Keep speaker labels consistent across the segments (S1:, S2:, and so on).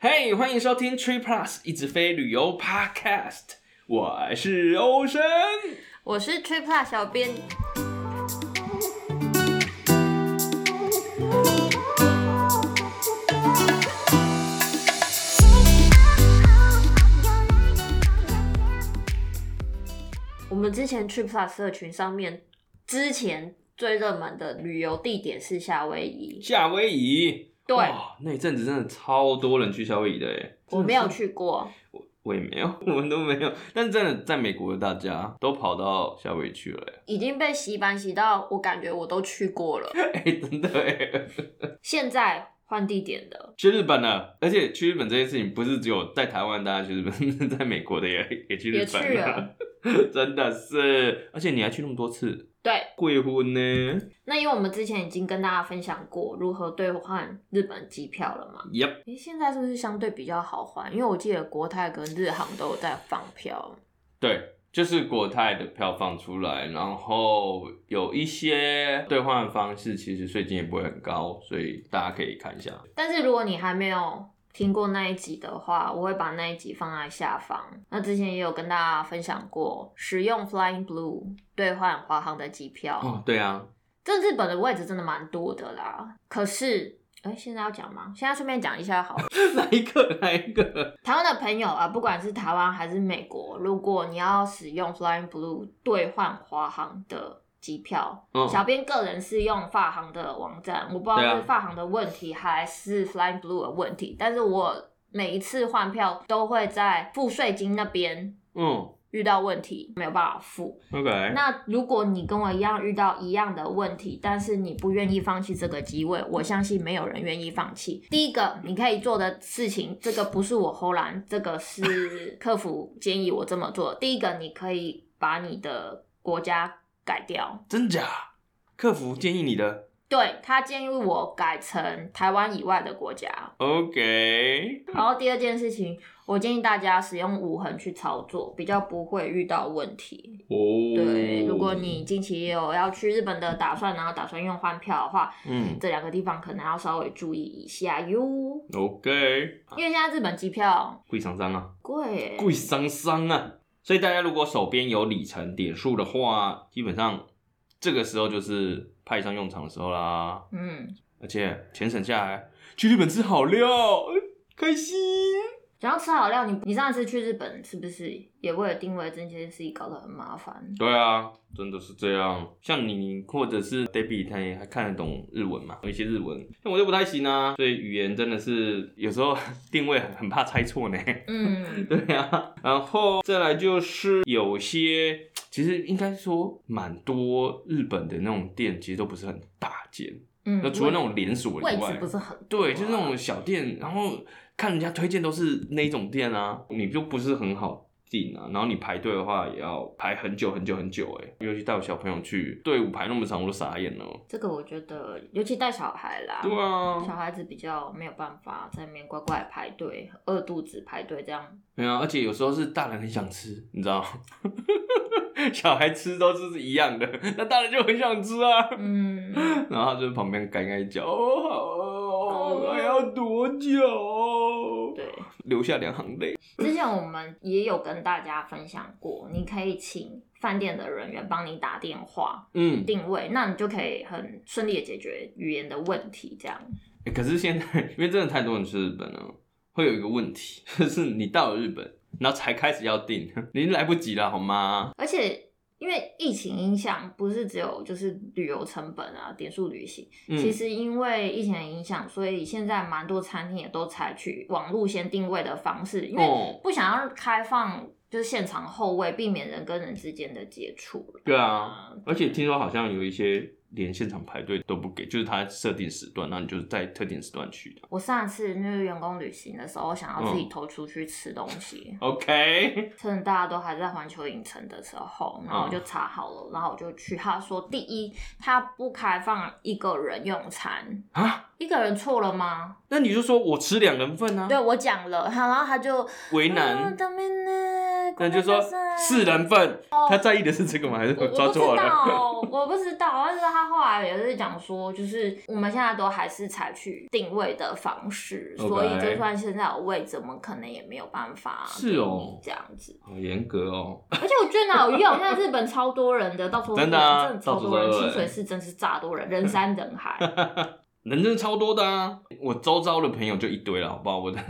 S1: 嘿欢迎收听 Tree Plus 一直飞旅游 Podcast，我是欧生。
S2: 我是 Tripla 小编，我们之前 Tripla 社群上面之前最热门的旅游地点是夏威夷，
S1: 夏威夷，
S2: 对
S1: 哇那一阵子真的超多人去夏威夷的哎，
S2: 我没有
S1: 真的是，
S2: 去过，
S1: 我也没有， 我们都没有。但真的在美国的大家都跑到夏威夷去了
S2: 已经被洗版洗到，我感觉我都去过了。
S1: 哎，哎真的哎，
S2: 现在换地点的，
S1: 去日本了，而且去日本这件事情不是只有在台湾大家去日本， 在美国的也也去日
S2: 也
S1: 本
S2: 去了，
S1: 真的是，而且你还去那么多次，
S2: 对，
S1: 贵婚呢
S2: 那因为我们之前已经跟大家分享过如何兑换日本机票了嘛，
S1: ？Yep。
S2: 诶，现在是不是相对比较好换？因为我记得国泰跟日航都有在放票，
S1: 对，就是国泰的票放出来，然后有一些兑换方式，其实税金也不会很高，所以大家可以看一下。
S2: 但是如果你还没有听过那一集的话，我会把那一集放在下方。那之前也有跟大家分享过，使用 Flying Blue 兑换华航的机票，
S1: 哦，对啊，
S2: 这日本的位置真的蛮多的啦。可是，哎，现在要讲吗？现在顺便讲一下好了。
S1: 哪一个哪一个？
S2: 台湾的朋友啊，不管是台湾还是美国，如果你要使用 Flying Blue 兑换华航的机票，
S1: 嗯
S2: 小编个人是用发航的网站，我不知
S1: 对
S2: 道
S1: 啊
S2: 是发航的问题还是 Flying Blue 的问题，但是我每一次换票都会在付税金那边
S1: 嗯
S2: 遇到问题，没有办法付。
S1: ，OK，
S2: 那如果你跟我一样遇到一样的问题，但是你不愿意放弃这个机会，我相信没有人愿意放弃。第一个你可以做的事情，这个不是我偷懒，这个是客服建议我这么做。第一个，你可以把你的国家改掉。
S1: 真假？客服建议你的
S2: 对他建议我改成台湾以外的国家，
S1: ，OK，
S2: 然后第二件事情，我建议大家使用无痕去操作，比较不会遇到问题。
S1: 哦，
S2: 对，如
S1: 嗯
S2: 果你近期也有要去日本的打算，然后打算用换票的话，
S1: 嗯
S2: 这两个地方可能要稍微注意一下哟。
S1: ，OK，
S2: 因为现在日本机票
S1: 贵桑桑啊，
S2: 贵，
S1: 贵桑桑啊，所以大家如果手边有里程点数的话，基本上这个时候就是派上用场的时候啦。
S2: 嗯。
S1: 而且钱省下来，去日本吃好料，哎开心。
S2: 然后吃好料，你你上次去日本是不是也为了定位这件事情搞得很麻烦？
S1: 对啊，真的是这样。像你或者是 Debbie，他也还看得懂日文嘛，有一些日文，像我就不太行啊，所以语言真的是有时候 定位很很怕猜错呢。
S2: 嗯，
S1: 对啊，然后再来就是有些，其实应该说蛮多日本的那种店，其实都不是很大间，
S2: 嗯
S1: 那除了那种连锁以
S2: 位
S1: 外，
S2: 置不是很多啊
S1: 对，就是那种小店，然后看人家推荐都是那一种店啊，你就不是很好订啊。然后你排队的话，也要排很久很久很久、欸，尤其带我小朋友去，队伍排那么长，我都傻眼了。哦
S2: 这个我觉得，尤其带小孩啦，
S1: 对
S2: 小
S1: 啊，
S2: 孩子比较没有办法在那边乖乖排队，饿肚子排队这样
S1: 没有、啊，而且有时候是大人很想吃，你知道吗， 小孩吃都是一样的，那大人就很想吃啊。
S2: 嗯，
S1: 然后他就在旁边干干叫，哦好哦，还要多久？
S2: 对。
S1: 流下两行泪。
S2: 之前我们也有跟大家分享过，你可以请饭店的人员帮你打电话
S1: 嗯，
S2: 定位，那你就可以很顺利的解决语言的问题。这样，
S1: 欸可是现在，因为真的太多人去日本了，会有一个问题，就是你到了日本，然后才开始要订，已经来不及了，好吗？
S2: 而且因为疫情影响，不是只有就是旅游成本啊、点数旅行，
S1: 嗯，
S2: 其实因为疫情的影响，所以现在蛮多餐厅也都采取网路先定位的方式，因为
S1: 哦，
S2: 不想要开放就是现场后位，避免人跟人之间的接触。
S1: 对啊，而且听说好像有一些连现场排队都不给，就是他设定时段，然后你就是在特定时段去的。
S2: 我上次就是员工旅行的时候，想要自己
S1: 嗯
S2: 偷出去吃东西，
S1: OK，
S2: 趁大家都还在环球影城的时候，然
S1: 嗯
S2: 后我就查好了，然后我就去。他说，第一，他不开放一个人用餐，
S1: 啊，
S2: 一个人错了吗？
S1: 那你就说我吃两人份啊，
S2: 对我讲了，他然后他就
S1: 为
S2: 啊
S1: 难。
S2: ダメね
S1: 那就说四人份，他在意的是这个吗？还是
S2: 啊哦 我 我
S1: 抓
S2: 不知
S1: 错了？
S2: 道，我不知道，但是他后来也是讲说，就是我们现在都还是采取定位的方式
S1: OK
S2: 所以就算现在有位置，我们可能也没有办法
S1: 是哦
S2: 这样子。
S1: 好严格哦，
S2: 而且我觉得哪有用？现在日本超多人的，到处都是
S1: 真的啊
S2: 真的超多
S1: 到
S2: 人，
S1: 处都有
S2: 清水寺真是炸多人，人山人海。
S1: 人真的超多的啊！我周遭的朋友就一堆了，好不好？我的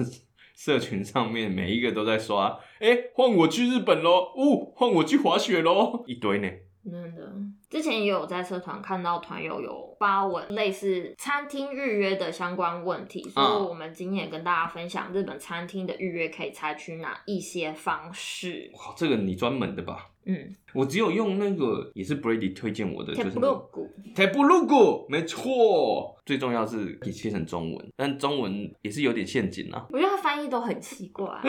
S1: 社群上面每一个都在刷，哎、换我去日本喽，哦，换我去滑雪喽，一堆呢。
S2: 真的，之前也有在社团看到团友有发文类似餐厅预约的相关问题，
S1: 嗯
S2: 所以我们今天也跟大家分享日本餐厅的预约可以采取哪一些方式。
S1: 哇，这个你专门的吧？
S2: 嗯，
S1: 我只有用那个，也是 Brady 推荐我的，
S2: 铁
S1: 就是
S2: 布
S1: 那个
S2: 鲁谷，
S1: t e b l u g 没错。最重要是可以切成中文，但中文也是有点陷阱啊。
S2: 我觉得它翻译都很奇怪。啊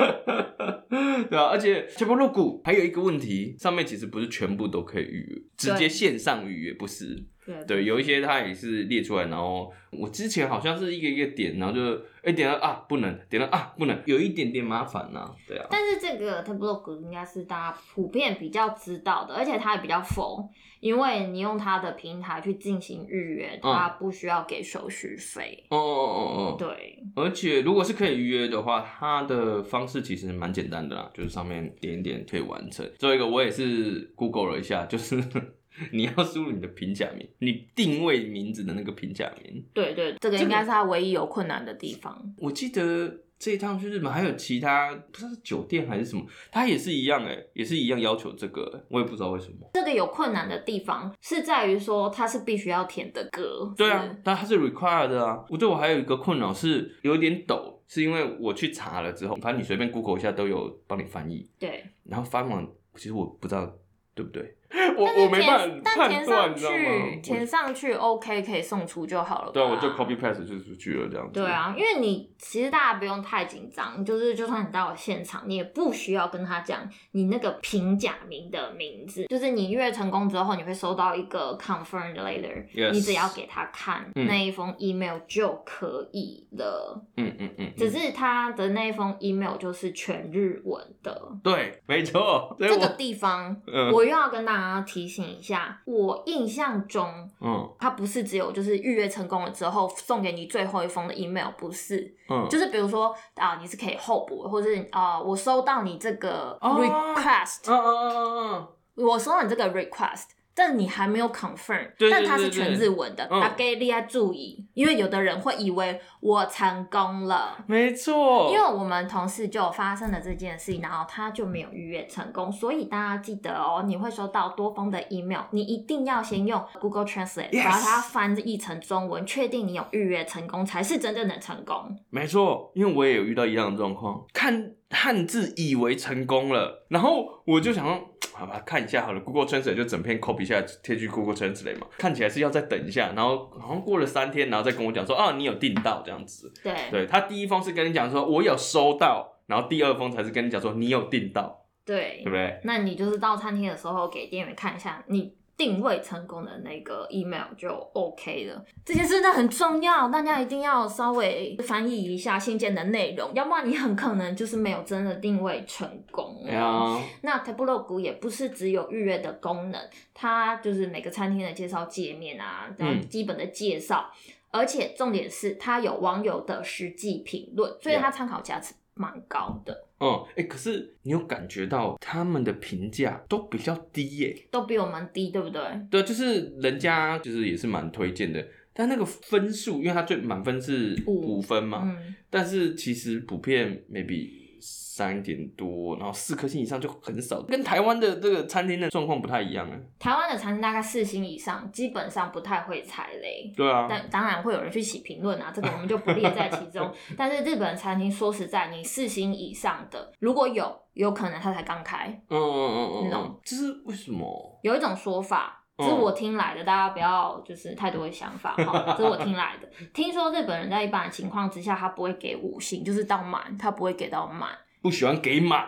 S1: 对啊，而且 t e b l u g 还有一个问题，上面其实不是全部都可以预约，直接线上预约不是。
S2: 对啊
S1: 对，有一些它也是列出来，然后我之前好像是一个一个点，然后就哎、点了啊不能，点了啊不能，有一点点麻烦呐、对啊，
S2: 但是这个 t a b l o g 应该是大家普遍比较知道的，而且它也比较佛，因为你用它的平台去进行预约，它
S1: 嗯
S2: 不需要给手续费。
S1: 哦哦哦哦，
S2: 对，
S1: 而且如果是可以预约的话，它的方式其实蛮简单的啦，就是上面点一点可以完成。最后一个我也是 Google 了一下，就是 你要输入你的平假名，你定位名字的那个平假名。
S2: 对对，这个应该是它唯一有困难的地方。
S1: 我记得这一趟去日本还有其他不知道是酒店还是什么，它也是一样哎、也是一样要求这个欸、我也不知道为什么。
S2: 这个有困难的地方是在于说，它是必须要填的歌。
S1: 对啊，但它是 required 的啊。我对我还有一个困扰是有点抖，是因为我去查了之后，反正你随便 Google 一下都有帮你翻译，
S2: 是，对。
S1: 然后翻完其实我不知道对不对，
S2: 但
S1: 我
S2: 是
S1: 我没办法
S2: 填，但填
S1: 判断，
S2: 上
S1: 你知道吗
S2: 去，？填上去 OK 可以送出就好了吧。
S1: 对啊，我就 copy paste 就出去了这样子。
S2: 对，啊，因为你其实大家不用太紧张，就是就算你到了现场，你也不需要跟他讲你那个平假名的名字，就是你约成功之后，你会收到一个 confirm later，、
S1: Yes
S2: 你只要给他看、
S1: 嗯
S2: 那一封 email 就可以了。
S1: 嗯嗯嗯，
S2: 只
S1: 嗯
S2: 是他的那一封 email 就是全日文的，
S1: 对，没错，所以
S2: 这个
S1: 我
S2: 地方。
S1: 嗯
S2: 我又要跟大家提醒一下，我印象中
S1: 嗯
S2: 它不是只有就是预约成功了之后送给你最后一封的 email，不是，
S1: 嗯，
S2: 就是比如说啊、你是可以候补，或者是啊、我收到你这个
S1: 哦
S2: request，、
S1: 嗯嗯嗯嗯嗯。
S2: 我收到你这个 request，但你还没有 confirm，
S1: 对对
S2: 但它
S1: 对
S2: 是全
S1: 对
S2: 日文的，
S1: 嗯
S2: 大家利要注意，因为有的人会以为我成功了。
S1: 没错，
S2: 因为我们同事就有发生了这件事情，然后他就没有预约成功，所以大家记得哦，你会收到多封的 email，你一定要先用 Google Translate
S1: Yes
S2: 把它翻译成中文，确定你有预约成功，才是真正的成功。
S1: 没错，因为我也有遇到一样的状况，看汉字以为成功了，然后我就想说，好吧，看一下好了，Google Translate 就整片 copy 下来贴去 Google Translate 嘛，看起来是要再等一下，然后好像过了三天，然后再跟我讲说，啊，你有订到这样子。
S2: 对，
S1: 对他第一封是跟你讲说我有收到，然后第二封才是跟你讲说你有订到，
S2: 对
S1: 对不对？
S2: 那你就是到餐厅的时候给店员看一下你定位成功的那个 email 就 OK 了。这件事真的很重要，大家一定要稍微翻译一下信件的内容，要不然你很可能就是没有真的定位成功。
S1: 哎呀，
S2: 那 Tableau 谷也不是只有预约的功能，它就是每个餐厅的介绍界面啊，然后
S1: 嗯
S2: 基本的介绍，而且重点是它有网友的实际评论，所以
S1: Yeah
S2: 它参考价值蛮高的。
S1: 嗯，哎、可是你有感觉到他们的评价都比较低耶、
S2: 都比我们低，对不对？
S1: 对，啊就是人家就是也是蛮推荐的，但那个分数，因为它最满分是
S2: 五
S1: 五分嘛，
S2: 嗯，
S1: 但是其实普遍 maybe 三点多，然后四颗星以上就很少，跟台湾的这个餐厅的状况不太一样啊。
S2: 台湾的餐厅大概四星以上，基本上不太会踩雷。
S1: 对啊，
S2: 但当然会有人去写评论啊，这个我们就不列在其 中。但是日本餐厅说实在，你四星以上的如果有，有可能它才刚开。
S1: 嗯嗯嗯嗯
S2: 你
S1: 嗯
S2: 懂，
S1: 这是为什么？
S2: 有一种说法，这
S1: 嗯
S2: 是我听来的，大家不要就是太多的想法哈，这是我听来的。 听说日本人在一般的情况之下，他不会给五星，就是到满，他不会给到满。
S1: 不喜欢给满，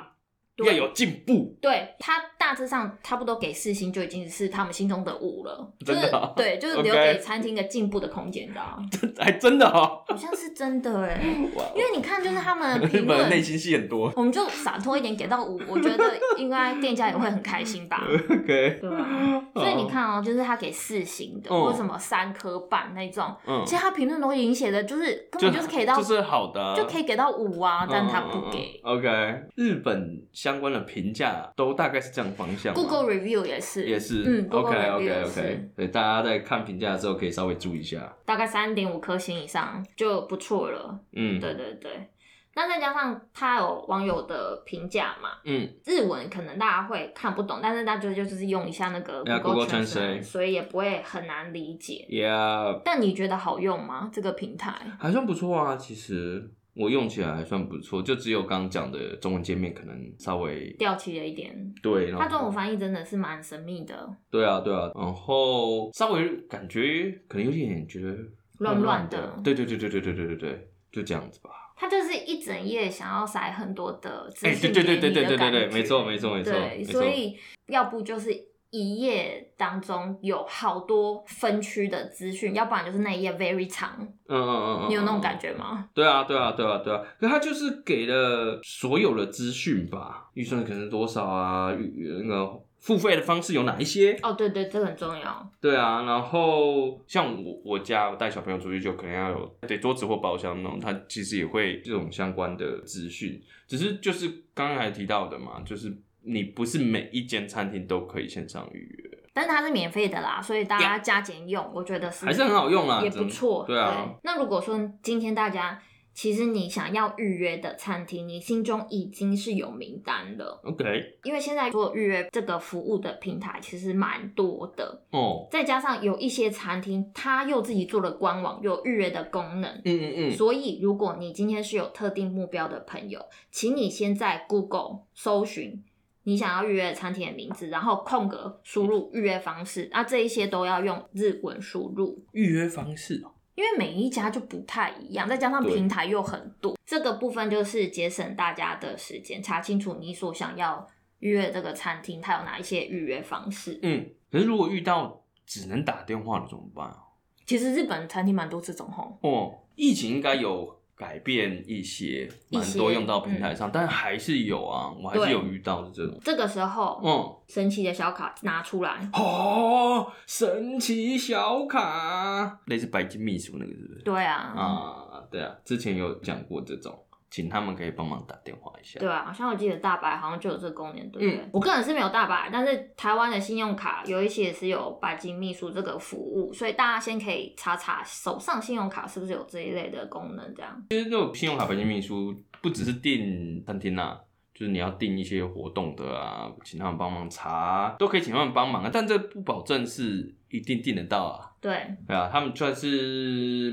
S1: 要有进步，
S2: 对他大致上差不多给四星就已经是他们心中的五了，就
S1: 真
S2: 是
S1: 的啊
S2: 对，就是留给餐厅的进步的空间，你知道吗？
S1: 还真的哈、
S2: 好像是真的哎、
S1: 哇
S2: 因为你看，就是他们 的
S1: 日
S2: 评
S1: 本人内
S2: 论，
S1: 心戏很多。
S2: 我们就洒脱一点，给到五，我觉得应该店家也会很开 心吧。
S1: OK，
S2: 对啊，所以你看哦、就是他给四星的，
S1: 嗯
S2: 或者什么三颗半那种，
S1: 嗯
S2: 其，实他评论都已经写的，就是根
S1: 就
S2: 本就是可以到，
S1: 就是好的啊、
S2: 就可以给到五啊，但他不给。
S1: 嗯嗯嗯 OK，日本相关的评价都大概是这样方向嘛。
S2: Google review 也是，
S1: 嗯也是，
S2: 嗯
S1: OK OK
S2: ，Google review 也
S1: OK，
S2: 是
S1: 对，大家在看评价的时候可以稍微注意一下。
S2: 大概三点五颗星以上就不错了。
S1: 嗯，
S2: 对对对，那再加上他有网友的评价嘛，
S1: 嗯，
S2: 日文可能大家会看不懂，但是大家就是用一下那个
S1: 哎呀
S2: Google
S1: Google Translate
S2: Translate，所以也不会很难理解。
S1: 也、yeah,
S2: 但你觉得好用吗？这个平台？
S1: 还算不错啊，其实。我用起来还算不错，就只有刚刚讲的中文界面可能稍微
S2: 掉漆了一点。
S1: 对，然后
S2: 它中文翻译真的是蛮神秘的，
S1: 对啊对啊，然后稍微感觉可能有点觉得
S2: 乱
S1: 乱
S2: 乱
S1: 的
S2: 的，。
S1: 对对对对对对对对对，就这样子吧。
S2: 它就是一整页想要塞很多的资
S1: 哎、
S2: 讯
S1: 对
S2: 给
S1: 对
S2: 你
S1: 对对对
S2: 的
S1: 对
S2: 感
S1: 对，
S2: 觉。
S1: 没错没错没错，
S2: 对，
S1: 没错
S2: 所以要不就是一页当中有好多分区的资讯，要不然就是那一页 very 长。
S1: 嗯嗯嗯嗯，
S2: 你有那种感
S1: 觉？
S2: 觉吗？
S1: 对啊对啊对啊对啊，可他就是给了所有的资讯吧，预算可能多少啊，预那个付费的方式有哪一些？
S2: 哦，对对，这个很重要。
S1: 对啊，然后像我我家我带小朋友出去就可能要有对桌子或包厢那种，它其实也会这种相关的资讯，只是就是刚刚还提到的嘛，就是你不是每一间餐厅都可以线上预约。
S2: 但是它是免费的啦，所以大家加减用，我觉得是
S1: 还是很好用啦
S2: 也
S1: 真的
S2: 不错。
S1: 对啊
S2: 那如果说今天大家其实你想要预约的餐厅，你心中已经是有名单了，
S1: OK，
S2: 因为现在做预约这个服务的平台其实蛮多的，
S1: 哦，
S2: 再加上有一些餐厅它又自己做了官网，有预约的功能。
S1: 嗯嗯嗯，
S2: 所以，如果你今天是有特定目标的朋友，请你先在 Google 搜寻你想要预约的餐厅的名字，然后空格输入预约方式。那这一些都要用日文输入，
S1: 预约方式哦，
S2: 因为每一家就不太一样，再加上
S1: 对
S2: 平台又很多，这个部分就是节省大家的时间，查清楚你所想要预约的这个餐厅它有哪一些预约方式。
S1: 嗯，可是如果遇到只能打电话的怎么办啊？
S2: 其实日本餐厅蛮多这种吼，
S1: 哦，疫情应该有改变一些，
S2: 一
S1: 蛮
S2: 些
S1: 多用到平台上，但还是有啊，我还是
S2: 对
S1: 有遇到的这种。
S2: 这个时候、
S1: 嗯，
S2: 神奇的小卡拿出来，
S1: 哦，神奇小卡，类似白金秘书那个是不是？
S2: 对啊，
S1: 啊，对啊，之前有讲过这种，请他们可以帮忙打电话一下。
S2: 对啊，好像我记得大白好像就有这个功能，对不对？
S1: 嗯
S2: 我个人是没有大白，但是台湾的信用卡有一些也是有白金秘书这个服务，所以大家先可以查查手上信用卡是不是有这一类的功能，这样。
S1: 其实那种信用卡白金秘书不只是订餐厅啊，就是你要订一些活动的啊，请他们帮忙查啊，都可以请他们帮忙啊，但这不保证是一定订得到啊。
S2: 对，
S1: 对啊，他们算是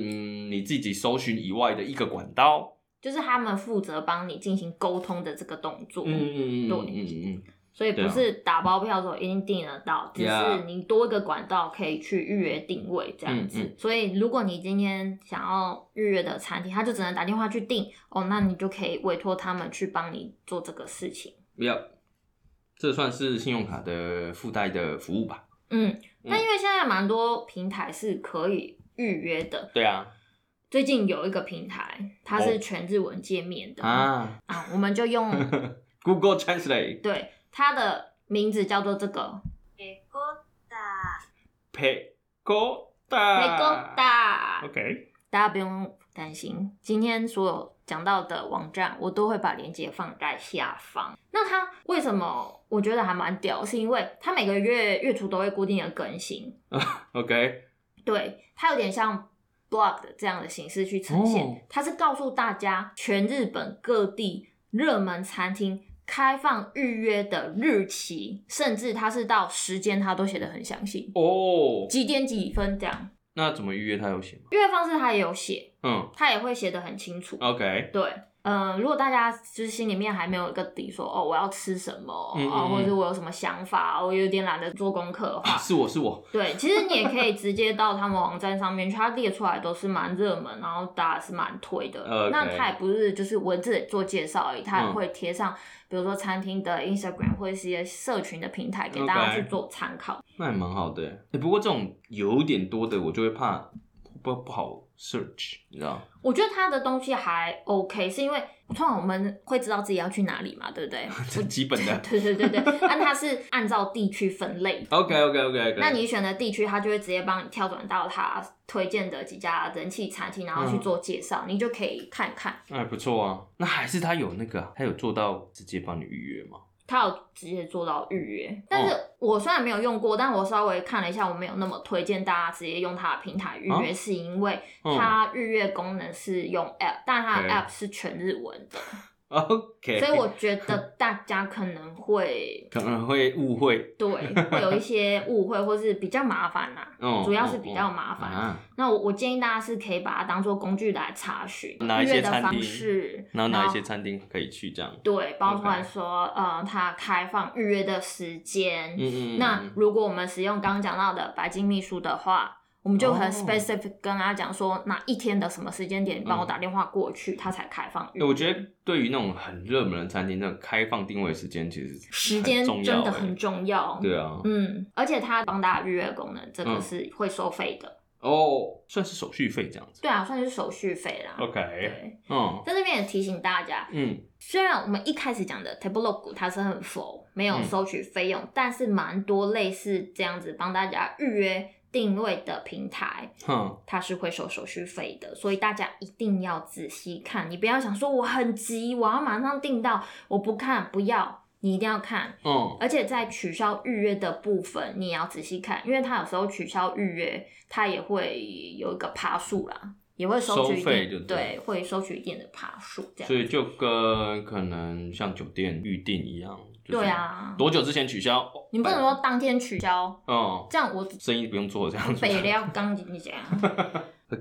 S1: 嗯你自己搜寻以外的一个管道。
S2: 就是他们负责帮你进行沟通的这个动作，
S1: 嗯嗯嗯
S2: 对
S1: 嗯嗯
S2: 所以不
S1: 对啊
S2: 是打包票的时候一定订得到，只
S1: Yeah
S2: 是你多一个管道可以去预约定位这样子。
S1: 嗯嗯
S2: 所以如果你今天想要预约的餐厅，他就只能打电话去订哦，那你就可以委托他们去帮你做这个事情。
S1: 嗯，Yeah，这算是信用卡的附带的服务吧？
S2: 嗯，那因为现在蛮多平台是可以预约的。
S1: 对啊，
S2: 最近有一个平台，它
S1: 哦
S2: 是全日文界面的、
S1: 啊
S2: 啊，我们 就用
S1: ，Google Translate
S2: 对它的名字叫做这个
S1: Pay
S2: p e
S1: Goda
S2: g o d a
S1: OK，
S2: 大家不用担心，今天所有讲到的网站，我都会把链接放在下方。那它为什么我觉得还蛮屌，是因为它每个月月初都会固定的更新，
S1: OK，
S2: 对，它有点像 blog 的这样的形式去呈现。
S1: 哦
S2: 它是告诉大家全日本各地热门餐厅开放预约的日期，甚至它是到时间，它都写的很详细，
S1: 哦，
S2: 几点几分这样。
S1: 那怎么预约？他有写吗？
S2: 预约方式它也有写，
S1: 嗯哦
S2: 它也会写的很清楚。
S1: ，OK，
S2: 对，嗯、如果大家就是心里面还没有一个底说，哦，我要吃什么啊、
S1: 嗯嗯
S2: 哦
S1: 嗯啊
S2: 或者是我有什么想法，哦我有点懒得做功课的话，
S1: 是我是我，
S2: 对，其实你也可以直接到他们网站上面去，它列出来都是蛮热门，然后大家是蛮推的。
S1: 哦 OK
S2: 那它也不是就是文字做介绍而已，它也
S1: 嗯
S2: 会贴上，比如说餐厅的 Instagram 或者是一些社群的平台，给大家
S1: OK
S2: 去做参考。
S1: 那也蛮好的欸、欸不过这种有点多的，我就会怕不不好 search，你知道？
S2: 我觉得它的东西还 OK，是因为通常我们会知道自己要去哪里嘛，对不对？
S1: 这基本的。
S2: 对对对对，那它是按照地区分类
S1: OK OK OK OK。
S2: 那你选的地区，它就会直接帮你跳转到它推荐的几家人气餐厅，然后去
S1: 嗯
S2: 做介绍，你就可以看看。
S1: 哎不错啊，那还是他有那个啊，他有做到直接帮你预约吗？
S2: 他有直接做到预约，但
S1: 哦
S2: 是我虽然没有用过，但我稍微看了一下，我没有那么推荐大家直接用它的平台预约，
S1: 啊
S2: 是因为
S1: 嗯
S2: 它预约功能是用 app，但它的
S1: OK
S2: app 是全日文的，
S1: OK，
S2: 所以我觉得大家可能会
S1: 可能会误会，
S2: 对会有一些误会，或是比较麻烦啊啦、
S1: 嗯，
S2: 主要是
S1: 嗯
S2: 比
S1: 嗯
S2: 较麻烦
S1: 啊
S2: 那我我建议大家是可以把它当做工具来查询
S1: 哪
S2: 预
S1: 一些
S2: 约的
S1: 餐
S2: 方
S1: 厅
S2: 式，
S1: 然后哪一些餐厅可以去这样？
S2: 对，包括
S1: OK
S2: 说呃它开放预约的时间，
S1: 嗯嗯，
S2: 那如果我们使用刚刚讲到的白金秘书的话，我们就很
S1: 哦
S2: specific 跟他讲说哪一天的什么时间点，你帮
S1: 嗯
S2: 我打电话过去，他才开放预
S1: 欸
S2: 约。
S1: 我觉得对于那种很热门的餐厅，那个开放定位时间其实
S2: 时
S1: 很
S2: 间
S1: 重
S2: 真
S1: 要
S2: 的
S1: 欸
S2: 很重要。
S1: 对啊，
S2: 嗯，而且他帮大家预约功能，这个
S1: 嗯
S2: 是会收费的。
S1: 哦，算是手续费这样子。
S2: 对啊，算是手续费啦。
S1: OK，
S2: 对，
S1: 嗯
S2: 在这边也提醒大家，
S1: 嗯
S2: 虽然我们一开始讲的 Tableau 它是很佛，没有
S1: 嗯
S2: 收取费用，但是蛮多类似这样子帮大家预约定位的平台，
S1: 哼，
S2: 它是会收手续费的，所以大家一定要仔细看，你不要想说我很急，我要马上订到，我不看不要，你一定要看。
S1: 嗯，
S2: 而且在取消预约的部分，你也要仔细看，因为它有时候取消预约，它也会有一个趴数啦，也会
S1: 收
S2: 取一
S1: 费
S2: 定
S1: 就对
S2: 对，会收取一定的趴数这
S1: 所
S2: 样。
S1: 以就跟可能像酒店预订一样，就是
S2: 对，啊，
S1: 多久之前取消？哦
S2: 你不能，说当天取消，
S1: 嗯，
S2: 这样我
S1: 生意不用做这样子，
S2: 北料刚 你讲。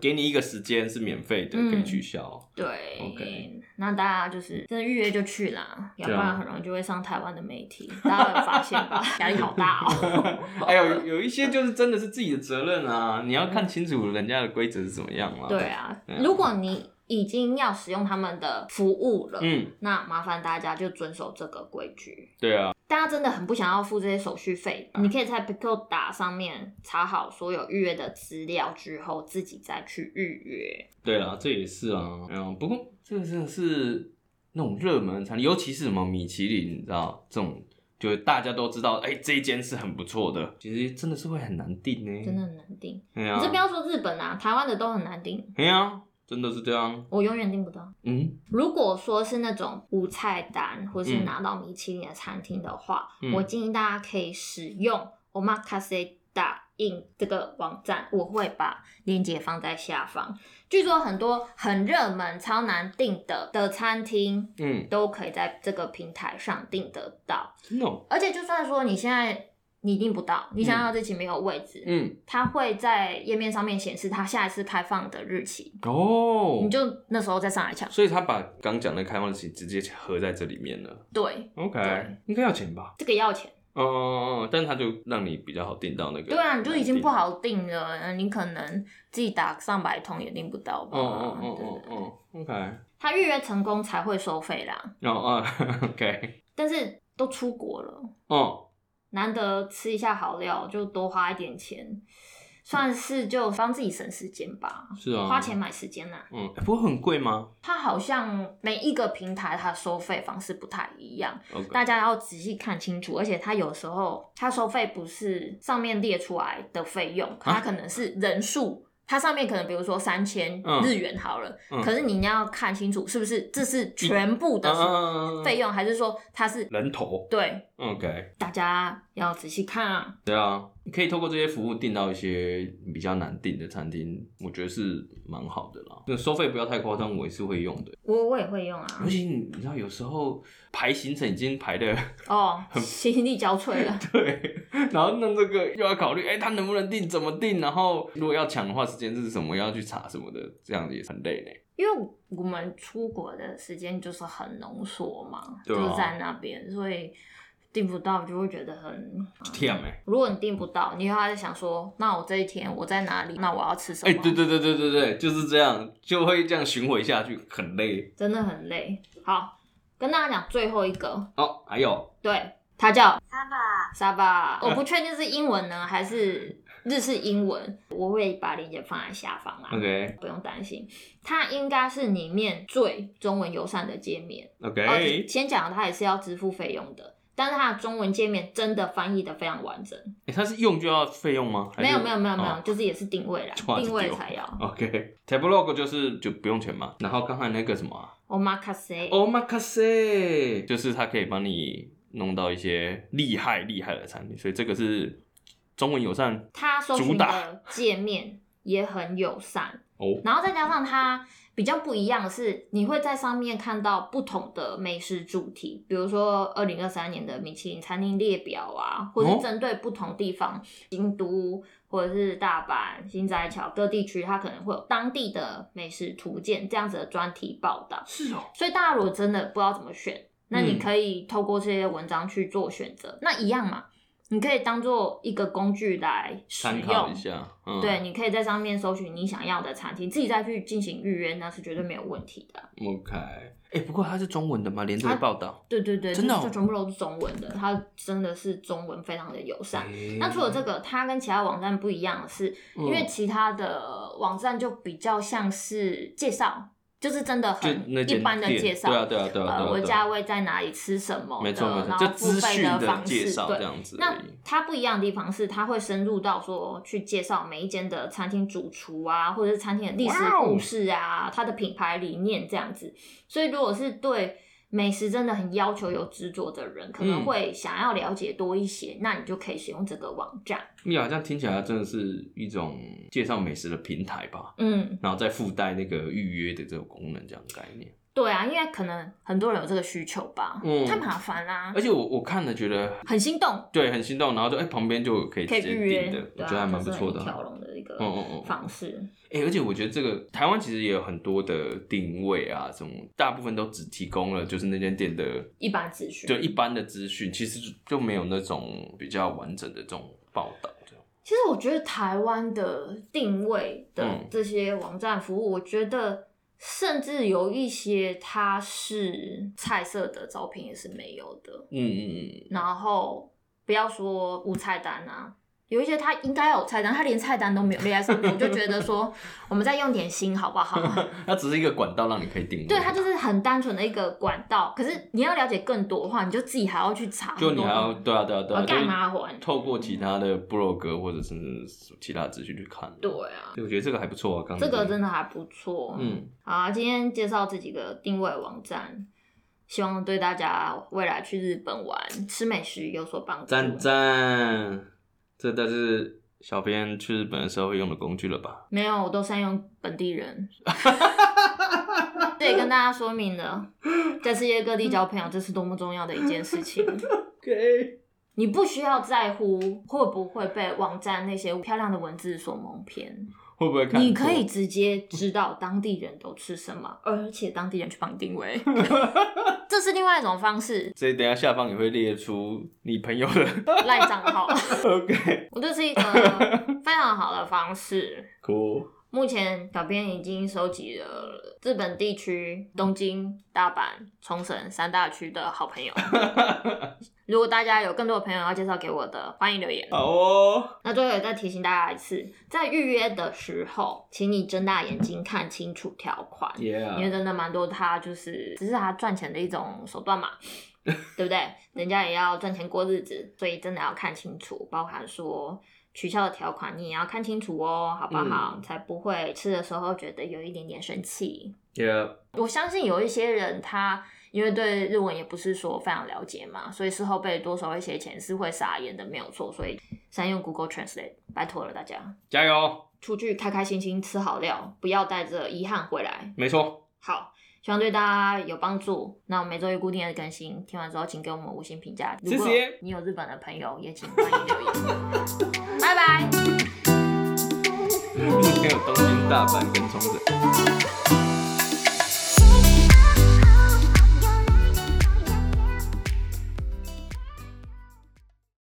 S1: 给你一个时间是免费的，
S2: 嗯
S1: 可以取消。
S2: 对
S1: OK
S2: 那大家就是真的预约就去啦，要不
S1: 对啊
S2: 然很容易就会上台湾的媒体，大家有发现 吧？压力好大哦。
S1: 还有哎有一些就是真的是自己的责任啊，你要看清楚人家的规则是怎么样啊。
S2: 对，啊
S1: 对啊，
S2: 如果你已经要使用他们的服务了，
S1: 嗯，
S2: 那麻烦大家就遵守这个规矩。
S1: 对啊，
S2: 大家真的很不想要付这些手续费，你可以在 Pico 打上面查好所有预约的资料之后，自己再去预约。
S1: 对啦，这也是啊，嗯，不过这个真的是那种热门的餐厅，尤其是什么米其林，你知道这种，就是大家都知道，哎、这一间是很不错的，其实真的是会很难定呢。
S2: 真的，很难定，
S1: 哎呀、
S2: 你这不要说日本啊，台湾的都很难定，
S1: 哎呀、真的是这样，
S2: 我永远订不到。
S1: 嗯，
S2: 如果说是那种无菜单或是拿到米其林的餐厅的话，
S1: 嗯
S2: 我建议大家可以使用 omakase 打印这个网站，我会把链接放在下方。据说很多很热门、超难订的的餐厅，
S1: 嗯，
S2: 都可以在这个平台上订得到。
S1: 真的哦、
S2: 而且就算说你现在你订不到，你想要日期没有位置，
S1: 嗯，
S2: 它会在页面上面显示它下一次开放的日期，
S1: 哦，
S2: 你就那时候再上来抢。
S1: 所以他把刚讲的开放期直接合在这里面了
S2: 对，
S1: ，OK，
S2: 对
S1: 应该要钱吧？
S2: 这个要钱。
S1: 嗯嗯嗯，但他就让你比较好订到那个，
S2: 对啊，你就已经不。好定了，呃你可能自己打上百通也订不到吧。
S1: 哦哦哦
S2: 啊对
S1: 哦哦，OK，
S2: 他预约成功才会收费啦，
S1: 哦哦 ，OK，
S2: 但是都出国了，
S1: 哦。
S2: 难得吃一下好料，就多花一点钱，算是就帮自己省时间吧。
S1: 是啊，
S2: 花钱买时间呐、
S1: 嗯，欸不过很贵吗
S2: 它好像每一个平台它收费方式不太一样，
S1: ？OK，
S2: 大家要仔细看清楚。而且它有时候它收费不是上面列出来的费用，
S1: 啊
S2: 它可能是人数，它上面可能比如说三千
S1: 嗯
S2: 日元好了，
S1: 嗯
S2: 可是你要看清楚是不是这是全部
S1: 嗯
S2: 的
S1: 嗯嗯嗯
S2: 费用，还是说它是
S1: 人头
S2: 对
S1: ，OK，
S2: 大家要仔细看啊。
S1: 对啊，可以透过这些服务订到一些比较难订的餐厅，我觉得是蛮好的啦。嗯那收费不要太夸张，我也是会用的。
S2: 我我也会用啊
S1: 尤，其你你知道，有时候排行程已经排的，
S2: 哦，心力交瘁了。
S1: 对，然后弄这个又要考虑，哎、他能不能定，怎么定，然后如果要抢的话，时间是什么，要去查什么的，这样子也是很累呢。
S2: 因为我们出国的时间就是很浓缩嘛，
S1: 对啊
S2: 就在那边，所以订不到就会觉得很。嗯
S1: 天哎，
S2: 如果你订不到，你又还在想说，那我这一天我在哪里？那我要吃什
S1: 哎、
S2: 么？啊
S1: 对对对对对对，就是这样，就会这样巡回下去，很累。
S2: 真的很累。好，跟大家讲最后一个，
S1: 哦，还有
S2: 对，它叫
S3: 他吧，
S2: 沙
S1: 啊
S2: 巴，我不确定是英文呢还是日式英文，我会把链接放在下方啦。
S1: ，OK
S2: 不用担心，它应该是里面最中文友善的界面。
S1: OK，、
S2: 哦，先讲它也是要支付费用的，但是它的中文界面真的翻译的非常完整。
S1: 欸它是用就要费用吗？还是
S2: 没有没有没有没有，
S1: 哦
S2: 就是也是定位啦，
S1: 哇
S2: 定位才要。
S1: OK，Tablog 就是就不用钱嘛。然后刚才那个什么、啊、
S2: 我马卡塞，
S1: ，Omakase，就是它可以帮你弄到一些厉害厉害的产品，所以这个是中文友善
S2: 它搜
S1: 主
S2: 寻
S1: 打
S2: 的界面也很友善，
S1: 哦。
S2: 然后再加上它比较不一样的是，你会在上面看到不同的美食主题，比如说二零二三年的米其林餐厅列表啊，或
S1: 哦
S2: 是针对不同地方，京都或者是大阪、新斋桥各地区，它可能会有当地的美食图鉴这样子的专题报道。
S1: 是哦，
S2: 所以大家如果真的不知道怎么选，那你
S1: 嗯
S2: 可以透过这些文章去做选择。那一样嘛，你可以当做一个工具来使
S1: 参考
S2: 用
S1: 一。下，嗯，
S2: 对，你可以在上面搜寻你想要的餐厅，自己再去进行预约，那是绝对没有问题的。
S1: ，OK。哎、不过它是中文的吗？连这个
S2: 它
S1: 报道，
S2: 对对对，
S1: 真的哦
S2: 就是全部都是中文的，它真的是中文非常的友善。
S1: 欸
S2: 那除了这个，它跟其他网站不一样的是，因为
S1: 嗯
S2: 其他的网站就比较像是介绍，就是真的
S1: 就
S2: 很
S1: 那
S2: 一
S1: 间
S2: 般的
S1: 店
S2: 介绍，
S1: 对啊对啊对啊对啊，
S2: 呃，我
S1: 对啊
S2: 价位在哪里，吃什么的，
S1: 没错没错，
S2: 然
S1: 就
S2: 后付
S1: 资
S2: 费
S1: 讯
S2: 方
S1: 介
S2: 式，
S1: 绍
S2: 对
S1: 这。样子而
S2: 那
S1: 已。
S2: 它不一样的地方是，它会深入到说去介绍每一间的餐厅主厨啊，或者是餐厅的历史
S1: 哇哦
S2: 故事啊，它的品牌理念这样子。所以如果是对美食真的很要求有执着的人，可
S1: 嗯
S2: 能会想要了解多一些，那你就可以使用这个网站。
S1: 你好像听起来真的是一种介绍美食的平台吧？
S2: 嗯，
S1: 然后再附带那个预约的这个功能，这样的概念。
S2: 对啊，因为可能很多人有这个需求吧，
S1: 嗯
S2: 太麻烦啦、
S1: 而且我我看了觉得
S2: 很心动，
S1: 对很心动，然后就哎、旁边就可以
S2: 可以
S1: 直接
S2: 预约
S1: 订的，，我
S2: 对啊
S1: 觉得还蛮不错的
S2: 这是一条
S1: 啊。
S2: 龙的一个
S1: 嗯嗯嗯
S2: 方式。
S1: 哎、而且我觉得这个台湾其实也有很多的定位啊，什么大部分都只提供了就是那间店的
S2: 一般资讯。
S1: 就一般的资讯，其实就没有那种比较完整的这种报道。这样
S2: 其实我觉得台湾的定位的
S1: 嗯
S2: 这些网站服务，我觉得甚至有一些它是菜色的照片也是没有的，
S1: 嗯嗯嗯，
S2: 然后不要说无菜单啊。有一些它应该有菜单，它连菜单都没有列在上面，我就觉 得说，我们再用点心好不好？
S1: 它只是一个管道让你可以定位。
S2: 对，它就是很单纯的一个管道。可是你要了解更多的话，你就自己还要去查很多
S1: 就你
S2: 东西，
S1: 还要对啊对啊对啊，
S2: 呃
S1: 就是
S2: 干嘛还
S1: 透过其他的部落格或者是其他资讯去看。
S2: 对啊，
S1: 对，我觉得这个还不错啊，刚
S2: 这个
S1: 的，
S2: 真的还不错。
S1: 嗯，
S2: 好啊，今天介绍这几个定位网站，希望对大家未来去日本玩吃美食有所帮助。
S1: 赞赞，这都是小编去日本的时候会用的工具了吧？
S2: 没有，我都善用本 地人。这也跟大家说明了，在世界各地交朋友，这是多么重要的一件事 情。
S1: 给
S2: 你不需要在乎会不会被网站那些漂亮的文字所蒙骗，
S1: 会不会看？
S2: 你可以，直接知道当地人都吃什么，而且当地人去帮你 定位，这是另外一种方式。
S1: 所以等一下下方也会列出你朋友 的。
S2: 赖账号。
S1: OK，
S2: 我这是一个非常好的方式。
S1: cool，
S2: 目前小编已经收集了日本地区东京、大阪、冲绳三大区的好朋友。如果大家有更多的朋友要介绍给我的，欢迎留言。
S1: 好哦，
S2: 那最后也再提醒大家一次，在预约的时候，请你睁大眼睛看清楚条款。因为
S1: yeah，
S2: 真的蛮多，他就是只是他赚钱的一种手段嘛，对不对？人家也要赚钱过日子，所以真的要看清楚，包含说取消的条款，你也要看清楚哦，好不好？
S1: 嗯
S2: 才不会吃的时候觉得有一点点生气。
S1: yeah，
S2: 我相信有一些人他。因为对日文也不是说非常了解嘛，所以事后被多收一些钱是会傻眼的，没有错。所以善用 Google Translate，拜托了大家，
S1: 加油，哦
S2: 出去开开心心吃好料，不要带着遗憾回来。
S1: 没错，
S2: 好，希望对大家有帮助。那我们每周一固定的更新，听完之后请给我们五星评价。如
S1: 谢谢
S2: 果你有日本的朋友，也请欢迎 留言。拜拜。
S1: 今天有东京、大阪跟冲绳。